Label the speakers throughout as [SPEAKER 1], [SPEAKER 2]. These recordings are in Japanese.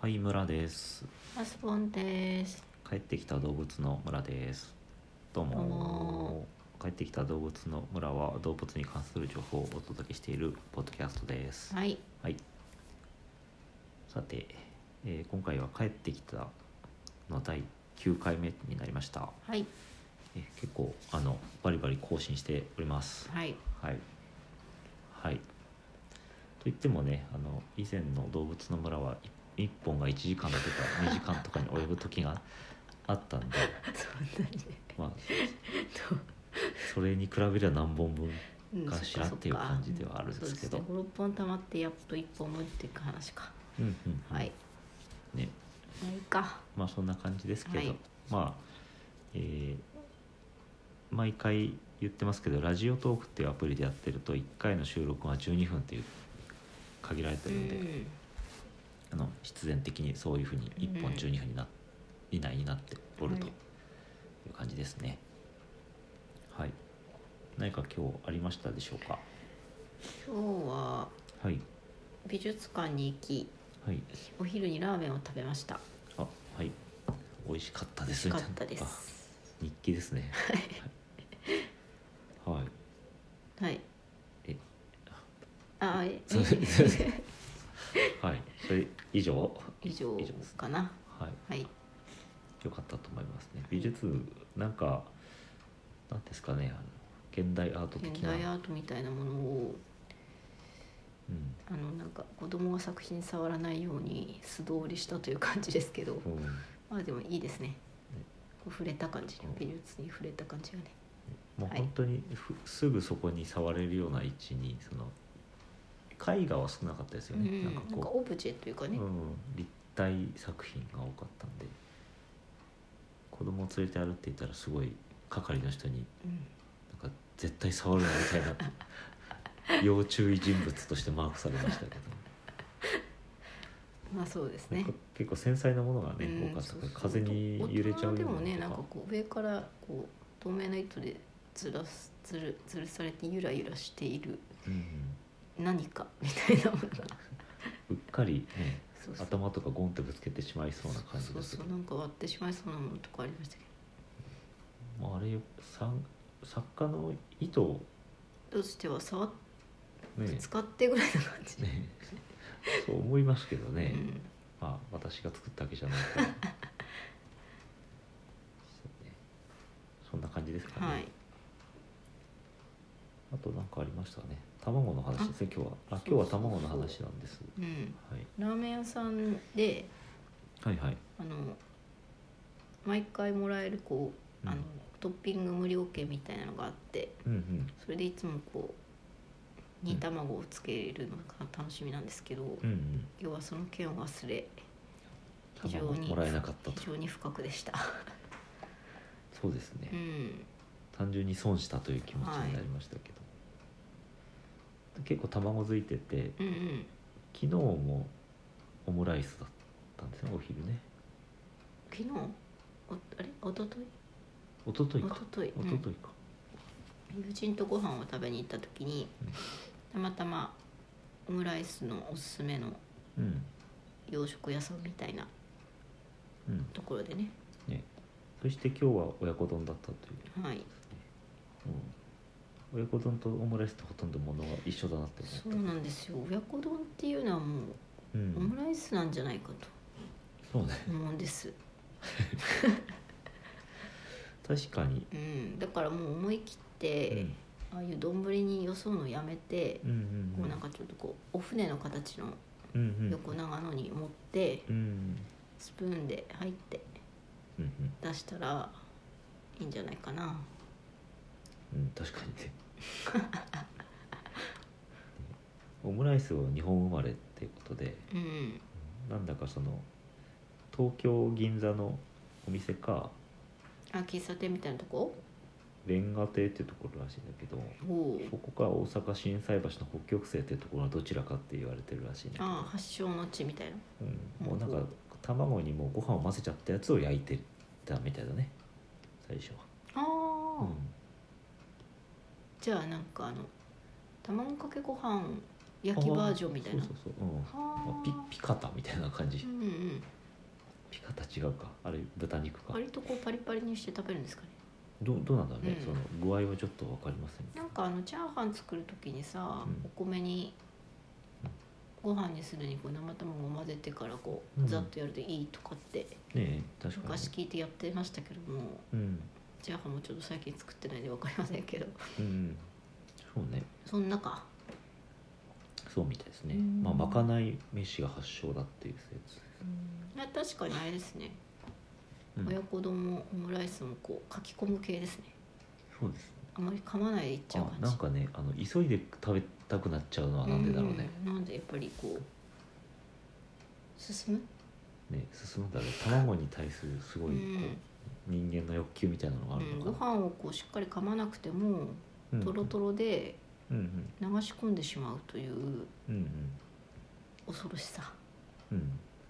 [SPEAKER 1] はい村です
[SPEAKER 2] マスボンです。
[SPEAKER 1] 帰ってきた動物の村ですどうも
[SPEAKER 2] どうも
[SPEAKER 1] 帰ってきた動物の村は動物に関する情報をお届けしているポッドキャストですはい、
[SPEAKER 2] はい。
[SPEAKER 1] さて、えー今回は帰ってきたの第9回目になりました
[SPEAKER 2] はい。
[SPEAKER 1] えー結構あのバリバリ更新しております
[SPEAKER 2] はい。
[SPEAKER 1] はいはいといってもねあの以前の「動物の村は」1本が1時間だとか2時間とかに及ぶ時があったんで
[SPEAKER 2] そんなに。
[SPEAKER 1] まあそれに比べりゃ何本分かしらっていう感じではあるんですけど
[SPEAKER 2] 五六本溜まってやっと一本分っていう話か。
[SPEAKER 1] うんうんうん
[SPEAKER 2] はい。
[SPEAKER 1] ね
[SPEAKER 2] まあいいか。
[SPEAKER 1] まあそんな感じですけど、
[SPEAKER 2] はい
[SPEAKER 1] まあえー毎回言ってますけどラジオトークっていうアプリでやってると1回の収録が12分っていう限られてるんで、
[SPEAKER 2] うん
[SPEAKER 1] あの必然的にそういうふうに1本
[SPEAKER 2] うん
[SPEAKER 1] 12分にな、以内になっておると
[SPEAKER 2] はい
[SPEAKER 1] いう感じですねはい何か今日ありましたでしょうか
[SPEAKER 2] 今日は
[SPEAKER 1] はい
[SPEAKER 2] 美術館に行き、
[SPEAKER 1] はい
[SPEAKER 2] お昼にラーメンを食べました。
[SPEAKER 1] あはい美味しかったで
[SPEAKER 2] 美
[SPEAKER 1] す
[SPEAKER 2] 味しかったで
[SPEAKER 1] あ
[SPEAKER 2] す。
[SPEAKER 1] 日記ですねはい、はい、
[SPEAKER 2] はい。
[SPEAKER 1] え
[SPEAKER 2] あ、え
[SPEAKER 1] そうですはいそれ以上
[SPEAKER 2] 以上
[SPEAKER 1] です
[SPEAKER 2] かな。
[SPEAKER 1] はい
[SPEAKER 2] はい。
[SPEAKER 1] 良かったと思いますね美術なんかなんですかねあの現代アート的
[SPEAKER 2] 現
[SPEAKER 1] な
[SPEAKER 2] 代アートみたいなものを。
[SPEAKER 1] うん
[SPEAKER 2] あのなんか子供が作品触らないように素通りしたという感じですけど、
[SPEAKER 1] うん
[SPEAKER 2] まあでもいいですね。こう触れた感じ
[SPEAKER 1] うん、
[SPEAKER 2] 美術に触れた感じがね。
[SPEAKER 1] もう
[SPEAKER 2] はい
[SPEAKER 1] 本当にふすぐそこに触れるような位置にその絵画は少なかったですよね、
[SPEAKER 2] うん、
[SPEAKER 1] な
[SPEAKER 2] なんん
[SPEAKER 1] か
[SPEAKER 2] か
[SPEAKER 1] こ
[SPEAKER 2] オブジェというか
[SPEAKER 1] う、
[SPEAKER 2] ね
[SPEAKER 1] う。ん、立体作品が多かったんで子供を連れて歩いていたらすごい係の人に
[SPEAKER 2] うん、
[SPEAKER 1] なんか絶対触るなみたい な要注意人物としてマークされましたけど、
[SPEAKER 2] まあそうです
[SPEAKER 1] なん
[SPEAKER 2] ね
[SPEAKER 1] か。結構繊細なものがね、
[SPEAKER 2] うん
[SPEAKER 1] 多かったから
[SPEAKER 2] そうそう
[SPEAKER 1] 風に揺れちゃう
[SPEAKER 2] 大人で
[SPEAKER 1] よう
[SPEAKER 2] もね、
[SPEAKER 1] な
[SPEAKER 2] なん
[SPEAKER 1] の
[SPEAKER 2] か
[SPEAKER 1] とか
[SPEAKER 2] こう上からこう透明な糸でずらすずるずるされてゆらゆらしている
[SPEAKER 1] うん
[SPEAKER 2] 何かみたいなものが。
[SPEAKER 1] うっかりね
[SPEAKER 2] そうそう
[SPEAKER 1] 頭とかゴンってぶつけてしまいそうな感じ
[SPEAKER 2] そ
[SPEAKER 1] で
[SPEAKER 2] う
[SPEAKER 1] す
[SPEAKER 2] そ
[SPEAKER 1] けど
[SPEAKER 2] うなんか割ってしまいそうなものとかありましたけ
[SPEAKER 1] まあ、あれさん作家の意図を
[SPEAKER 2] ど、どうしては触っ
[SPEAKER 1] ね
[SPEAKER 2] ぶつかってぐらいな感じ。
[SPEAKER 1] ねそう思いますけど
[SPEAKER 2] う
[SPEAKER 1] ね、
[SPEAKER 2] ん
[SPEAKER 1] まあ私が作ったわけじゃないから そうねそんな感じですかね、
[SPEAKER 2] はい。
[SPEAKER 1] あと何かありましたね卵の話ですね今日はあ
[SPEAKER 2] そう
[SPEAKER 1] 今日は
[SPEAKER 2] そう
[SPEAKER 1] 卵の話なんです
[SPEAKER 2] うん。
[SPEAKER 1] はい、
[SPEAKER 2] ラーメン屋さんで
[SPEAKER 1] はいはい
[SPEAKER 2] あの毎回もらえるこう、
[SPEAKER 1] うん
[SPEAKER 2] あのトッピング無料券みたいなのがあって
[SPEAKER 1] うんうん
[SPEAKER 2] それでいつもこう
[SPEAKER 1] うん
[SPEAKER 2] 煮卵をつけるのが楽しみなんですけど、
[SPEAKER 1] うんうん
[SPEAKER 2] 今日はその券を忘れ非常
[SPEAKER 1] 卵
[SPEAKER 2] に
[SPEAKER 1] もらえなかったと
[SPEAKER 2] 非常に不覚でした
[SPEAKER 1] そうですね、
[SPEAKER 2] うん
[SPEAKER 1] 単純に損したという気持ちになりましたけど、結構卵付いてて
[SPEAKER 2] うんうん
[SPEAKER 1] 昨日もオムライスだったんですねお昼ね
[SPEAKER 2] 昨日おあれ一昨
[SPEAKER 1] 一昨
[SPEAKER 2] 日
[SPEAKER 1] 日
[SPEAKER 2] 一
[SPEAKER 1] か
[SPEAKER 2] 昨日
[SPEAKER 1] 一
[SPEAKER 2] うん
[SPEAKER 1] 昨日か、
[SPEAKER 2] 友人とご飯を食べに行った時に
[SPEAKER 1] うん
[SPEAKER 2] たまたまオムライスのおすすめの
[SPEAKER 1] うん
[SPEAKER 2] 洋食屋さんみたいな
[SPEAKER 1] うん
[SPEAKER 2] ところでね
[SPEAKER 1] ね、そして今日は親子丼だったという、
[SPEAKER 2] はい
[SPEAKER 1] うん、親子丼とオムライスってほとんどものは一緒だなって
[SPEAKER 2] そう
[SPEAKER 1] 思った
[SPEAKER 2] なんですよ親子丼っていうのはもう
[SPEAKER 1] う
[SPEAKER 2] オム
[SPEAKER 1] ん
[SPEAKER 2] ライスなんじゃないか
[SPEAKER 1] そうね
[SPEAKER 2] と思うんです、
[SPEAKER 1] 確かに、
[SPEAKER 2] うん、だからもう思い切っ
[SPEAKER 1] う
[SPEAKER 2] て
[SPEAKER 1] ん、、
[SPEAKER 2] ああいう丼によそうのやめて
[SPEAKER 1] う、んうん
[SPEAKER 2] こ
[SPEAKER 1] う
[SPEAKER 2] うんなんかちょっとこうお船の形の
[SPEAKER 1] うんうん
[SPEAKER 2] 横長のに持って
[SPEAKER 1] うんうん
[SPEAKER 2] スプーンで入って
[SPEAKER 1] うん
[SPEAKER 2] 出したらいいんじゃないかな
[SPEAKER 1] うんうん確かにね オムライスを日本生まれっていうことで
[SPEAKER 2] うん
[SPEAKER 1] なんだかその東京銀座のお店か
[SPEAKER 2] あ喫茶店みたいなとこ
[SPEAKER 1] レンガ亭っていうところらしいんだけど
[SPEAKER 2] おお
[SPEAKER 1] そこか大阪心斎橋の北極星っていうところはどちらかって言われてるらしいんだけど
[SPEAKER 2] ああ発祥の地みたいな
[SPEAKER 1] うん、もうなんか卵にもうご飯を混ぜちゃったやつを焼いてたみたいだね最初は、
[SPEAKER 2] ああ、
[SPEAKER 1] うん、
[SPEAKER 2] じゃあなんかあの卵かけご飯焼きバージョンみたいな
[SPEAKER 1] そうそうそう、うんまあ
[SPEAKER 2] はあ
[SPEAKER 1] ピピ方みたいな感じ、
[SPEAKER 2] うんうん
[SPEAKER 1] ピカタ違うかあれ豚肉か
[SPEAKER 2] 割とこうパリパリにして食べるんですかね
[SPEAKER 1] どうどうなんだろうね、
[SPEAKER 2] うん
[SPEAKER 1] その具合はちょっと分かりません
[SPEAKER 2] なんかあのチャーハン作る時にさ、
[SPEAKER 1] うん
[SPEAKER 2] お米にご飯にするにこう生卵を混ぜてからこ
[SPEAKER 1] う
[SPEAKER 2] うんざっとやるといいとかって
[SPEAKER 1] ねえ確かに
[SPEAKER 2] 昔聞いてやってましたけども
[SPEAKER 1] うん
[SPEAKER 2] チャーハンもちょっと最近作ってないんで分かりません けど
[SPEAKER 1] うんそうね
[SPEAKER 2] そんなか
[SPEAKER 1] そうみたいですね、
[SPEAKER 2] うん
[SPEAKER 1] まあまかない飯が発祥だっていう説、
[SPEAKER 2] まあ確かにあれですね、
[SPEAKER 1] うん、
[SPEAKER 2] 親子丼もオムライスもこうかき込む系ですね
[SPEAKER 1] そうですね
[SPEAKER 2] あまり噛まないでいっちゃう
[SPEAKER 1] あ
[SPEAKER 2] 感じ
[SPEAKER 1] なんかねあの急いで食べたくなっちゃうのはなんでだろうね、
[SPEAKER 2] うんなんでやっぱりこう進む
[SPEAKER 1] ね進むんだろう卵に対するすごいこう、
[SPEAKER 2] うん
[SPEAKER 1] 人間の欲求みたいなのがある
[SPEAKER 2] うん、
[SPEAKER 1] の
[SPEAKER 2] ご
[SPEAKER 1] かな、
[SPEAKER 2] 飯をこうしっかり噛まなくても
[SPEAKER 1] うん
[SPEAKER 2] トロトロで
[SPEAKER 1] うんうん
[SPEAKER 2] 流し込んでしまうという
[SPEAKER 1] うんうん
[SPEAKER 2] 恐ろしさ
[SPEAKER 1] うん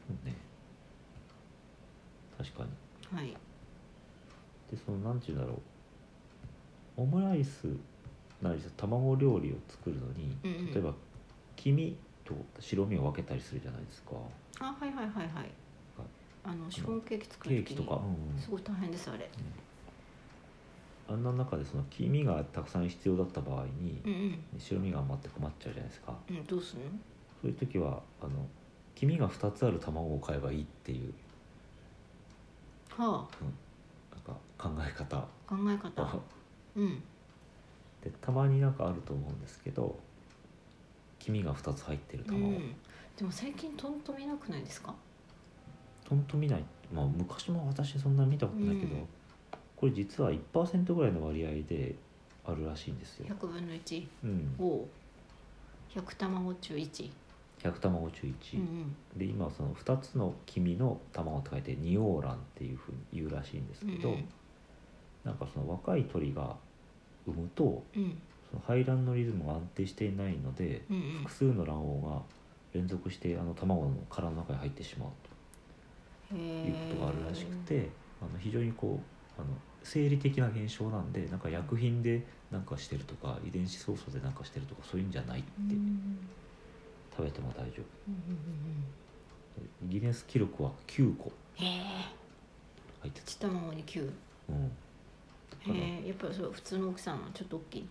[SPEAKER 1] そうね確かに
[SPEAKER 2] はい
[SPEAKER 1] でそのなんて言うんだろうオムライスなり卵料理を作るのに、
[SPEAKER 2] うんうん
[SPEAKER 1] 例えば黄身と白身を分けたりするじゃないですか
[SPEAKER 2] あはいはいはいはいあのシフォンケーキ作
[SPEAKER 1] ケー
[SPEAKER 2] る
[SPEAKER 1] キ
[SPEAKER 2] 時
[SPEAKER 1] と
[SPEAKER 2] に
[SPEAKER 1] か、うんうん
[SPEAKER 2] すごい大変ですあれ
[SPEAKER 1] あんな中でその黄身がたくさん必要だった場合に
[SPEAKER 2] う、ん
[SPEAKER 1] 白身が余って困っちゃうじゃないですか
[SPEAKER 2] うん、うん、どうすんの
[SPEAKER 1] そういう時はあの黄身が2つある卵を買えばいいっていう
[SPEAKER 2] は
[SPEAKER 1] なんか考え方
[SPEAKER 2] あ考え方うん
[SPEAKER 1] でたまになんかあると思うんですけど黄身が2つ入ってる
[SPEAKER 2] う
[SPEAKER 1] 卵、
[SPEAKER 2] んでも最近とんと見なくないですか
[SPEAKER 1] とんと見ないまあ昔も私そんな見たことないけど、
[SPEAKER 2] うん
[SPEAKER 1] これ実は1%ぐらいの割合であるらしいんですよ、
[SPEAKER 2] 100分の1
[SPEAKER 1] うん、
[SPEAKER 2] を100卵中1
[SPEAKER 1] 100卵中
[SPEAKER 2] う
[SPEAKER 1] 1、
[SPEAKER 2] んうん
[SPEAKER 1] で今その2つの黄身の卵と書いてニオーランっていうふうに言うらしいんですけど、
[SPEAKER 2] うん
[SPEAKER 1] なんかその若い鳥が産むと
[SPEAKER 2] うん
[SPEAKER 1] その排卵のリズムが安定していないので
[SPEAKER 2] うんうん
[SPEAKER 1] 複数の卵黄が連続してあの卵の殻の中に入ってしまうということがあるらしくて、あの非常にこうあの生理的な現象なんでなんか薬品でなんかしてるとか遺伝子操作でなんかしてるとかそういうんじゃないって、
[SPEAKER 2] うんうん
[SPEAKER 1] 食べても大丈
[SPEAKER 2] うんうん
[SPEAKER 1] 夫ギネス記録は9個
[SPEAKER 2] うんへえ
[SPEAKER 1] 入ってた、
[SPEAKER 2] ち卵に9
[SPEAKER 1] うん、
[SPEAKER 2] へえやっぱりそれは普通の大きさなのちょっと大きい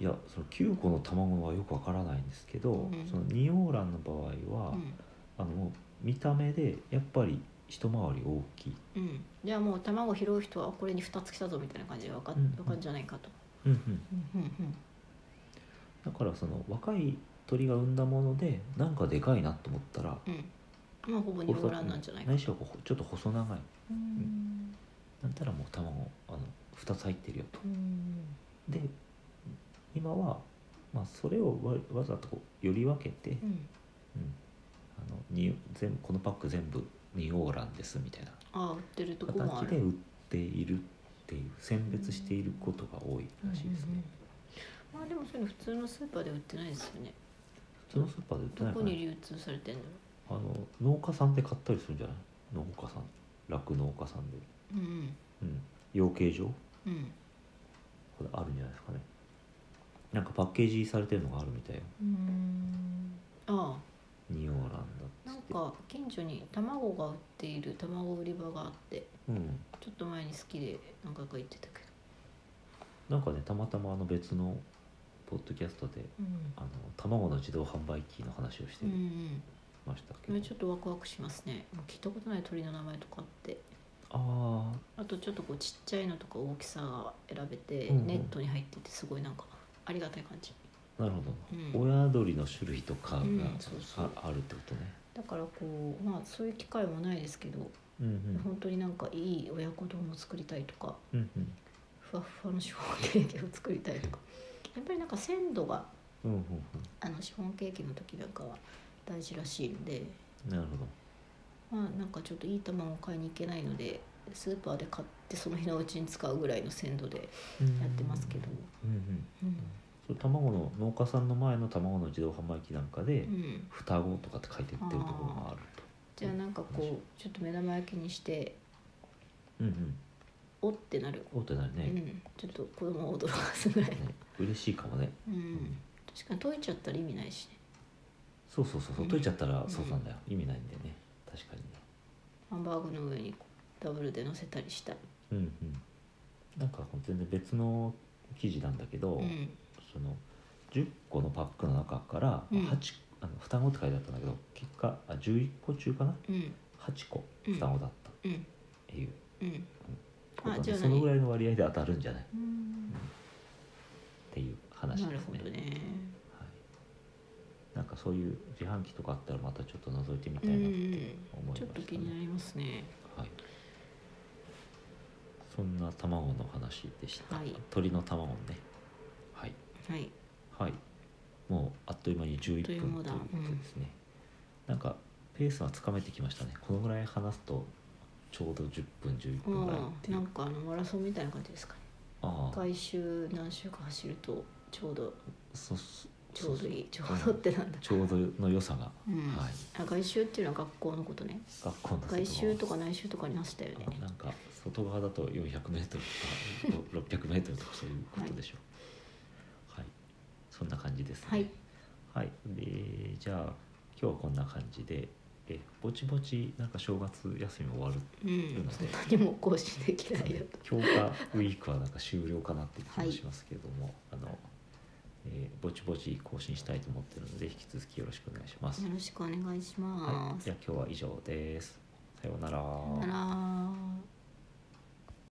[SPEAKER 1] いやその9個の卵はよくわからないんですけど、
[SPEAKER 2] うん
[SPEAKER 1] そのニオーランの場合は、
[SPEAKER 2] うん
[SPEAKER 1] あのもう見た目でやっぱり一回り大きい、
[SPEAKER 2] うん、じゃあもう卵拾う人はあこれに2つ来たぞみたいな感じで分か,、
[SPEAKER 1] うん
[SPEAKER 2] 分かるんじゃないかと、
[SPEAKER 1] うんうん、
[SPEAKER 2] うんうん
[SPEAKER 1] だからその若い鳥が産んだものでなんかでかいなと思ったら
[SPEAKER 2] うんうん、まあほぼニオランなんじゃないか
[SPEAKER 1] ないしはこうちょっと細長い
[SPEAKER 2] うん
[SPEAKER 1] だったらもう卵あの2つ入ってるよと
[SPEAKER 2] うん
[SPEAKER 1] で今は、まあ、それをわわざとこうより分けて、
[SPEAKER 2] うん
[SPEAKER 1] うんあのに全部このパック全部ニオーランですみたいな
[SPEAKER 2] ああ売ってるとこもあ
[SPEAKER 1] 形
[SPEAKER 2] る
[SPEAKER 1] で売っているっていう選別していることが多いらしいですね、
[SPEAKER 2] うんうんうんまあでもそういうの普通のスーパーで売ってないですよね
[SPEAKER 1] 普通のスーパーで売って
[SPEAKER 2] ど
[SPEAKER 1] ない
[SPEAKER 2] こ
[SPEAKER 1] かな
[SPEAKER 2] に流通されてんだろ
[SPEAKER 1] あの農家さんで買ったりするんじゃない農家さん酪農家さんで、
[SPEAKER 2] ううん
[SPEAKER 1] うん、養鶏場
[SPEAKER 2] うんうん
[SPEAKER 1] これあるんじゃないですかねなんかパッケージされてるのがあるみたいよ
[SPEAKER 2] うんあ
[SPEAKER 1] ニオーランだっつ
[SPEAKER 2] あな
[SPEAKER 1] っ
[SPEAKER 2] ん
[SPEAKER 1] て
[SPEAKER 2] か近所に卵が売っている卵売り場があって
[SPEAKER 1] うん
[SPEAKER 2] ちょっと前に好きで何回か行ってたけど
[SPEAKER 1] なんかねたまたまあの別のポッドキャストで
[SPEAKER 2] うん
[SPEAKER 1] あの卵の自動販売機の話をして
[SPEAKER 2] うんうん
[SPEAKER 1] ましたけ
[SPEAKER 2] こ
[SPEAKER 1] ど、
[SPEAKER 2] れちょっとワクワクしますねもう聞いたことない鳥の名前とかあって
[SPEAKER 1] ああ
[SPEAKER 2] あとちょっとこうちっちゃいのとか大きさが選べて、
[SPEAKER 1] うんうん
[SPEAKER 2] ネットに入っててすごいなんかありがたい感じ
[SPEAKER 1] なるほど、
[SPEAKER 2] う
[SPEAKER 1] 親鳥の種類とかが、
[SPEAKER 2] うんそうそう
[SPEAKER 1] ああるってことね
[SPEAKER 2] だからこうまあそういう機会もないですけど、
[SPEAKER 1] うん
[SPEAKER 2] 本当になんかいい親子丼を作りたいとか
[SPEAKER 1] うんうんうん
[SPEAKER 2] ふわっふわのシフォンケーキを作りたいとかやっぱりなんか鮮度が
[SPEAKER 1] うんうん
[SPEAKER 2] あのシフォンケーキの時なんかは大事らしいんで
[SPEAKER 1] うんなるほど
[SPEAKER 2] まあなんかちょっといい卵を買いに行けないのでスーパーで買ってその日のうちに使うぐらいの鮮度でやってますけど、
[SPEAKER 1] うんうん
[SPEAKER 2] うん
[SPEAKER 1] そう卵の農家さんの前の卵の自動販売機なんかで
[SPEAKER 2] うん
[SPEAKER 1] 「双子」とかって書いてってるところがあると
[SPEAKER 2] じゃあなんかこうちょっと目玉焼きにして
[SPEAKER 1] うんうん
[SPEAKER 2] おってなる、
[SPEAKER 1] 大手なり
[SPEAKER 2] う
[SPEAKER 1] ね、
[SPEAKER 2] ん、ちょっと子供を驚かすぐらい、
[SPEAKER 1] ね嬉しいかもね
[SPEAKER 2] うん、確かに溶いちゃったら意味ないしね
[SPEAKER 1] そうそうそうそう
[SPEAKER 2] うん
[SPEAKER 1] 溶いちゃったら
[SPEAKER 2] ん
[SPEAKER 1] そうなんだよ、意味ないんだよね確かにね
[SPEAKER 2] ハンバーグの上にダブルで乗せたりしたい
[SPEAKER 1] うんうんなんかこう全然別の記事なんだけど、
[SPEAKER 2] うん
[SPEAKER 1] その10個のパックの中から
[SPEAKER 2] うん
[SPEAKER 1] 8、あの双子って書いてあったんだけど結果あ11個中かな
[SPEAKER 2] うん
[SPEAKER 1] 8個
[SPEAKER 2] うん
[SPEAKER 1] 双子だったっ
[SPEAKER 2] うん
[SPEAKER 1] ていう
[SPEAKER 2] うん
[SPEAKER 1] こと
[SPEAKER 2] あ
[SPEAKER 1] なんで、
[SPEAKER 2] じゃあ
[SPEAKER 1] その
[SPEAKER 2] 何
[SPEAKER 1] ぐらいの割合で当たるんじゃないっ
[SPEAKER 2] うん
[SPEAKER 1] ていう話
[SPEAKER 2] なる
[SPEAKER 1] です
[SPEAKER 2] ほ
[SPEAKER 1] ね
[SPEAKER 2] どね
[SPEAKER 1] はい、なんかそういう自販機とかあったらまたちょっと覗いてみた
[SPEAKER 2] う
[SPEAKER 1] いな、
[SPEAKER 2] ん
[SPEAKER 1] 思いまし
[SPEAKER 2] ち
[SPEAKER 1] た
[SPEAKER 2] ょ
[SPEAKER 1] ね
[SPEAKER 2] っと気になりますね
[SPEAKER 1] はい、そんな卵の話でした、
[SPEAKER 2] はい
[SPEAKER 1] 鳥の卵ねはい
[SPEAKER 2] はい
[SPEAKER 1] はいもうあっという間に11分と
[SPEAKER 2] あっとい
[SPEAKER 1] いう
[SPEAKER 2] う間だ
[SPEAKER 1] ことですね、なんかペースはつかめてきましたねこのぐらい話すとちょうど10分11分ぐらいっ
[SPEAKER 2] あ
[SPEAKER 1] てい
[SPEAKER 2] あな
[SPEAKER 1] うん
[SPEAKER 2] かあのマラソンみたいな感じですかね
[SPEAKER 1] ああ
[SPEAKER 2] 回周何周か走るとちょうど
[SPEAKER 1] そうそう
[SPEAKER 2] ちょうどいいちょう
[SPEAKER 1] そ
[SPEAKER 2] どってなんだ
[SPEAKER 1] ちょうどの良さが、
[SPEAKER 2] うん
[SPEAKER 1] はい
[SPEAKER 2] あ外周っていうのは学校のことね
[SPEAKER 1] 学校の
[SPEAKER 2] 外周と
[SPEAKER 1] か
[SPEAKER 2] か内周とかに走ったよね
[SPEAKER 1] なんか外側だと 400m とか 600m とかそういうことでしょうはい、そんな感じですね
[SPEAKER 2] はい、
[SPEAKER 1] はいでじゃあ今日はこんな感じでえぼちぼちなんか正月休み終わる
[SPEAKER 2] うんそんなにも更新できないよと
[SPEAKER 1] 強化ウィークはなんか終了かなって気
[SPEAKER 2] は
[SPEAKER 1] も
[SPEAKER 2] い
[SPEAKER 1] しますけれども、あの、えーぼちぼち更新したいと思ってるので引き続きよろしくお願いします、
[SPEAKER 2] よろしくお願いし
[SPEAKER 1] は
[SPEAKER 2] ま
[SPEAKER 1] い、
[SPEAKER 2] す
[SPEAKER 1] じゃあ今日は以上ですさよう
[SPEAKER 2] さよなら